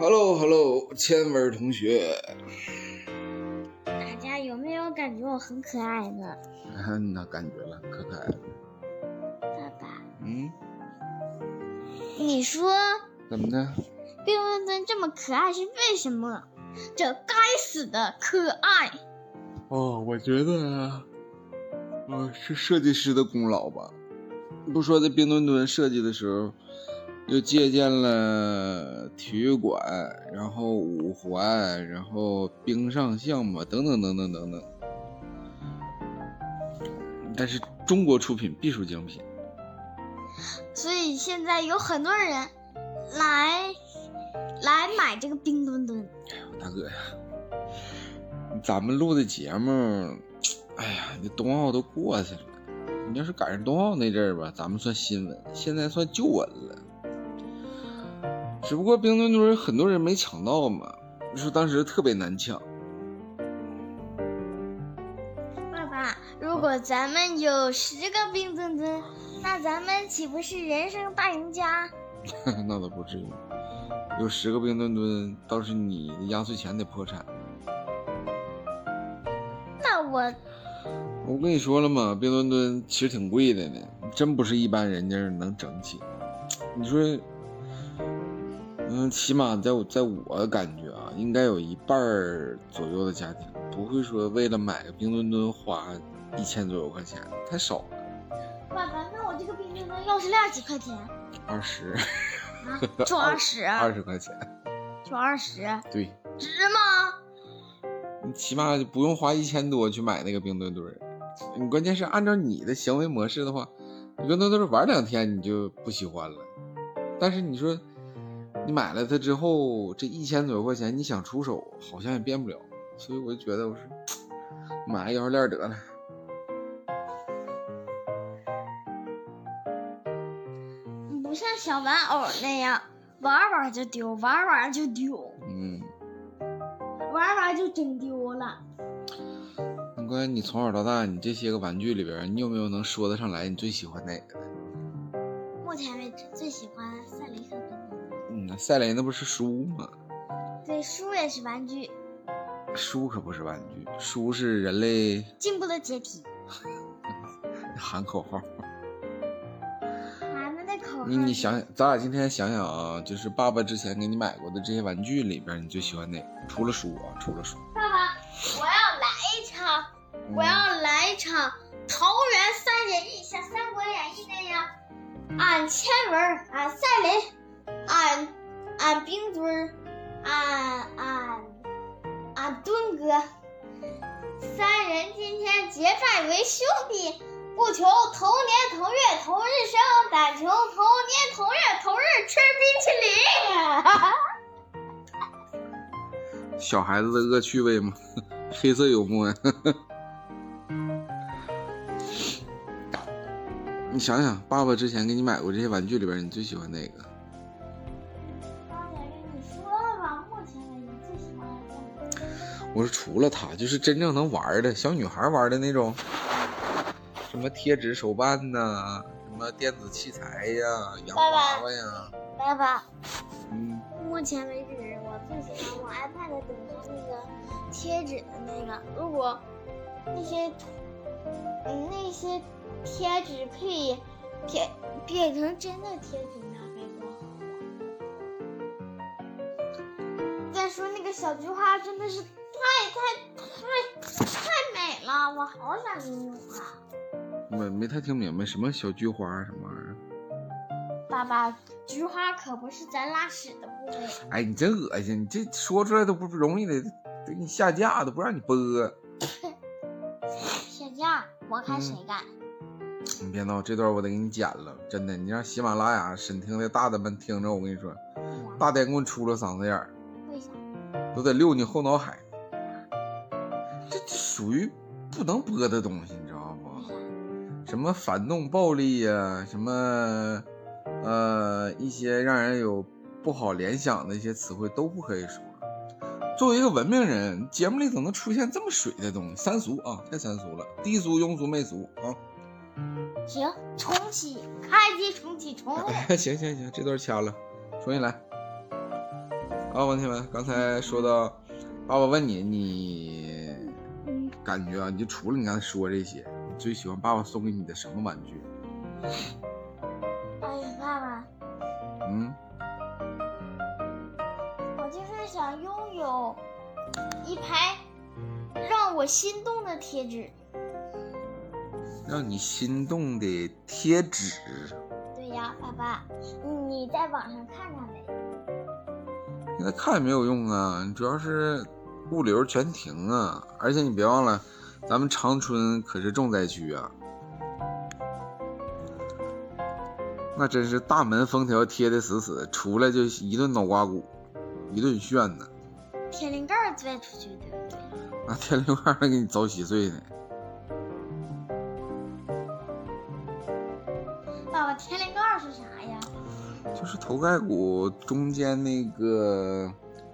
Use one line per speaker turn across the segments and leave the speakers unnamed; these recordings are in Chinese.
Hello，Hello，千文同学，
大家有没有感觉我很可爱呢？
啊，那感觉了，可可爱了。
爸爸，
嗯，
你说
怎么的？
冰墩墩这么可爱是为什么？这该死的可爱！
哦，我觉得啊，呃，是设计师的功劳吧。不说这冰墩墩设计的时候，又借鉴了体育馆，然后五环，然后冰上项目等等等等等等。但是中国出品必属精品。
所以现在有很多人来来买这个冰墩墩。
大哥呀，咱们录的节目，哎呀，那冬奥都过去了。你要是赶上冬奥那阵儿吧，咱们算新闻，现在算旧闻了。只不过冰墩墩很多人没抢到嘛，你说当时特别难抢。
爸爸，如果咱们有十个冰墩墩，那咱们岂不是人生大赢家？
那倒不至于，有十个冰墩墩，倒是你的压岁钱得破产。
那我
我跟你说了嘛，冰墩墩其实挺贵的呢，真不是一般人家能整起。你说，嗯，起码在我在我感觉啊，应该有一半儿左右的家庭不会说为了买个冰墩墩花一千左右块钱，太少了，
爸爸，那我这个冰墩墩要是量几块钱啊？
二十
就二十，啊
二十块钱，
就二十，
对
值吗？
你起码就不用花一千多去买那个冰墩墩儿。你关键是按照你的行为模式的话，你冰墩墩儿玩两天你就不喜欢了。但是你说你买了它之后，这一千左右块钱你想出手好像也变不了，所以我就觉得我是买个摇摇链得了。
嗯不像小玩偶那样玩玩就丢，玩玩就丢，
嗯，
玩玩就整丢了。
你关键你从小到大你这些个玩具里边儿，你有没有能说得上来你最喜欢哪个？
目前为止最喜欢赛雷和冰墩墩。
嗯，赛雷那不是书吗？
对，书也是玩具，
书可不是玩具，书是人类
进步的解体。
喊口号。
咱们的口号
你你想想，咱俩今天想想啊，就是爸爸之前给你买过的这些玩具里边，你最喜欢哪个？除了书啊，除了书，
爸爸，我要来一场，我要来一场《桃园三结义》像《三国演义》那样，俺千文儿，俺赛雷，俺俺冰墩儿，俺俺俺墩哥，三人今天结拜为兄弟，不求同年同月同日生，但求同年同月同日吃冰淇淋。
嗯小孩子的恶趣味嘛， 黑色幽默呀。 你想想，爸爸之前给你买过这些玩具里边，你最喜欢哪个？
刚才跟你说了吧，目前为止最喜欢的动物
我说除了它，就是真正能玩的小女孩玩的那种，什么贴纸手办呐、什么电子器材呀、洋
爸
娃
爸
娃呀，
爸爸，
嗯，
目前为止我最喜欢我 iPad 顶上那个贴纸的那个，如果那些图，嗯，那些贴纸可以变变成真的贴纸呢，该多好啊！再说那个小菊花真的是太太太太美了，我好想拥有啊！
我没太听明白什么小菊花什么玩意儿。
爸爸，菊花可不是咱拉屎的部位。
哎，你真恶心！你这说出来都不容易的，给你下架都不让你播。
下架，我看谁敢。
你别闹，这段我得给你剪了，真的。你让喜马拉雅审听的大的们听着，我跟你说，大电棍出了嗓子眼儿，
为啥？
都得溜你后脑海。这这属于不能播的东西，你知道
为
不？
啥？
什么反动暴力呀、什么呃一些让人有不好联想的一些词汇都不可以说。作为一个文明人，节目里怎么能出现这么水的东西？三俗啊，太三俗了，低俗、庸俗、媚俗啊！
停，重启，哦 开机，重启，重录。
行行行，这段掐了，重新来。啊、老板天文，刚才说到，爸爸问你，你感觉啊，你就除了你刚才说这些，你最喜欢爸爸送给你的什么玩具？
哎呀，爸爸，
嗯，
我就是想拥有一排让我心动的贴纸。
让你心动的贴纸。
对呀，爸爸，嗯你在网上看看呗。
现在看也没有用啊，你主要是物流全停啊，而且你别忘了，咱们长春可是重灾区啊。那真是大门封条贴的死死，出来就一顿脑瓜骨，一顿炫呢。
天灵盖儿拽出去，对不对？
那天灵盖儿给你凿稀碎呢。
爸爸，天灵盖儿是啥呀？
就是头盖骨中间那个，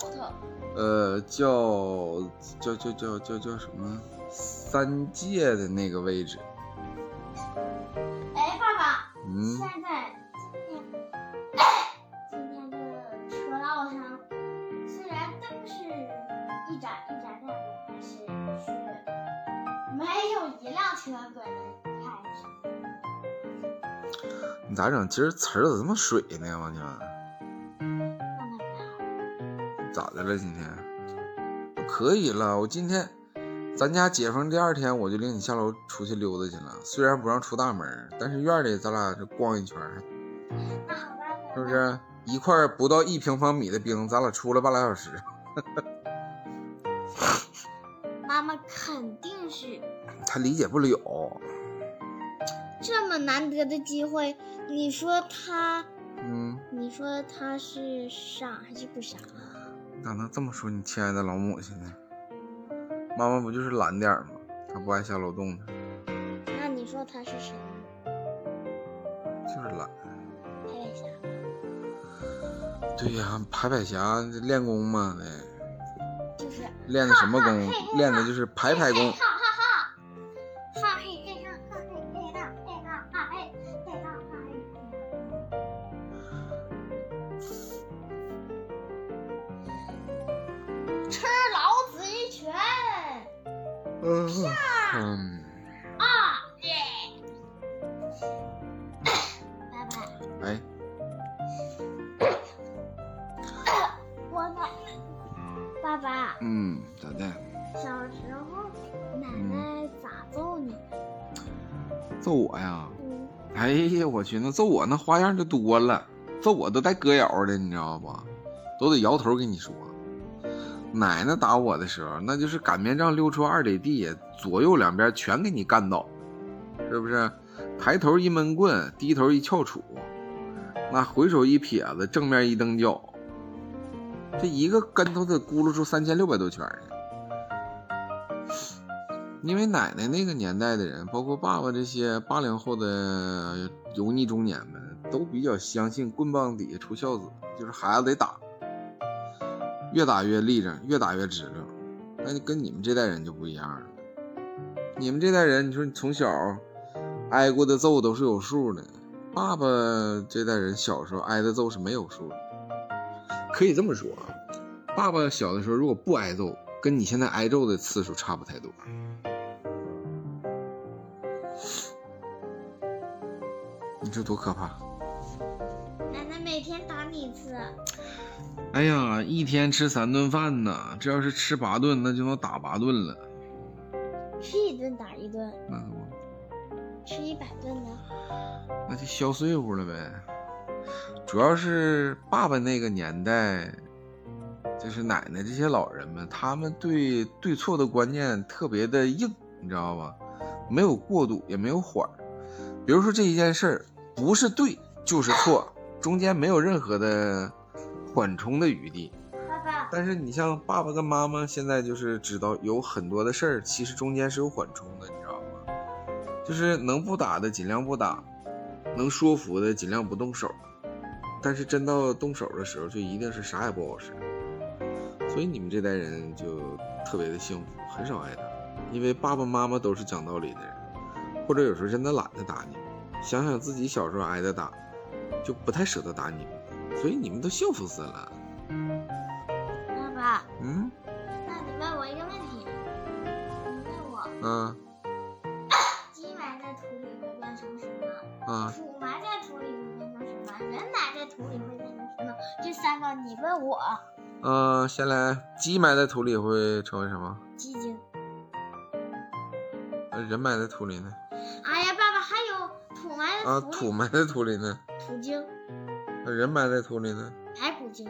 骨头。
呃，叫叫叫叫叫叫什么三界的那个位置，
哎，爸爸，
嗯，
现在今天今天的车道上，虽然灯是一盏一盏亮的，但是是没有一辆车搁那看着。
你咋整？今儿词儿咋这么水呢？王天啊文，
那哪儿啊
咋的了？今天可以了，我今天咱家解封第二天，我就领你下楼出去溜达去了。虽然不让出大门儿，但是院里咱俩这逛一圈儿，
那好吧，爸
是
爸
不？是？一块儿不到一平方米的冰，咱俩出了半拉小时。
妈妈肯定是
他理解不了，
这么难得的机会，你说她，
嗯。
你说她是傻还是不傻？
咋能这么说你亲爱的老母亲呢？妈妈不就是懒点儿吗？她不爱下楼动弹，
那你说她是傻
就是懒。
还是傻？
对呀、排排侠练功嘛得
就是
练的什么功？练的就是排排功
哈。哈哈！哈嘿嘿哈哈嘿嘿哈嘿哈哈嘿嘿哈哈嘿。吃老子一拳！
嗯，
啊耶！拜拜，
哎，
我奶爸爸，
嗯，咋的？
小时候奶奶咋揍你？
揍我呀？
嗯，
哎呀，我去，那揍我那花样就多了，揍我都带歌谣的，你知道不？都得摇头跟你说。奶奶打我的时候，那就是擀面杖溜出二里地，左右两边全给你干倒，是不是？抬头一闷棍，低头一翘楚，那回手一撇子，正面一蹬脚，这一个跟头得咕噜出三千六百多圈呢。因为奶奶那个年代的人，包括爸爸这些八零后的油腻中年们，都比较相信棍棒底下出孝子，就是孩子得打，越打越立正，越打越直溜。那就跟你们这代人就不一样了。你们这代人，你说你从小挨过的揍都是有数的，爸爸这代人小时候挨的揍是没有数的。可以这么说，啊爸爸小的时候如果不挨揍，跟你现在挨揍的次数差不太多。你这多可怕！
奶奶每天打你一次。
哎呀，一天吃三顿饭呢，这要是吃八顿，那就能打八顿了。
吃一顿打一顿，
那可不，
吃一百顿呢？
那就削碎乎了呗。主要是爸爸那个年代，就是奶奶这些老人们，他们对对错的观念特别的硬，你知道吧？没有过渡，也没有缓儿。比如说这一件事儿，不是对就是错，中间没有任何的缓冲的余地。
爸爸，
但是你像爸爸跟妈妈现在就是知道有很多的事儿，其实中间是有缓冲的，你知道吗？就是能不打的尽量不打，能说服的尽量不动手，但是真到动手的时候，就一定是啥也不好使。所以你们这代人就特别的幸福，很少挨打，因为爸爸妈妈都是讲道理的人，或者有时候真的懒得打你。想想自己小时候挨的打，就不太舍得打你们，所以你们都幸福死了。
吧？
嗯
那你问我一个问题，你问我
啊
鸡埋在土里会变成什么？
啊，
鼠埋在土里会变成什么？人埋在土里会变成什么？这三个你问我，
嗯、先来，鸡埋在土里会成为什么？
鸡精。
呃人埋在土里呢？
哎呀，爸爸，还有土埋
啊，
在土
土
里，
埋在土里呢？
土精、
呃人埋在土里呢？
排骨精。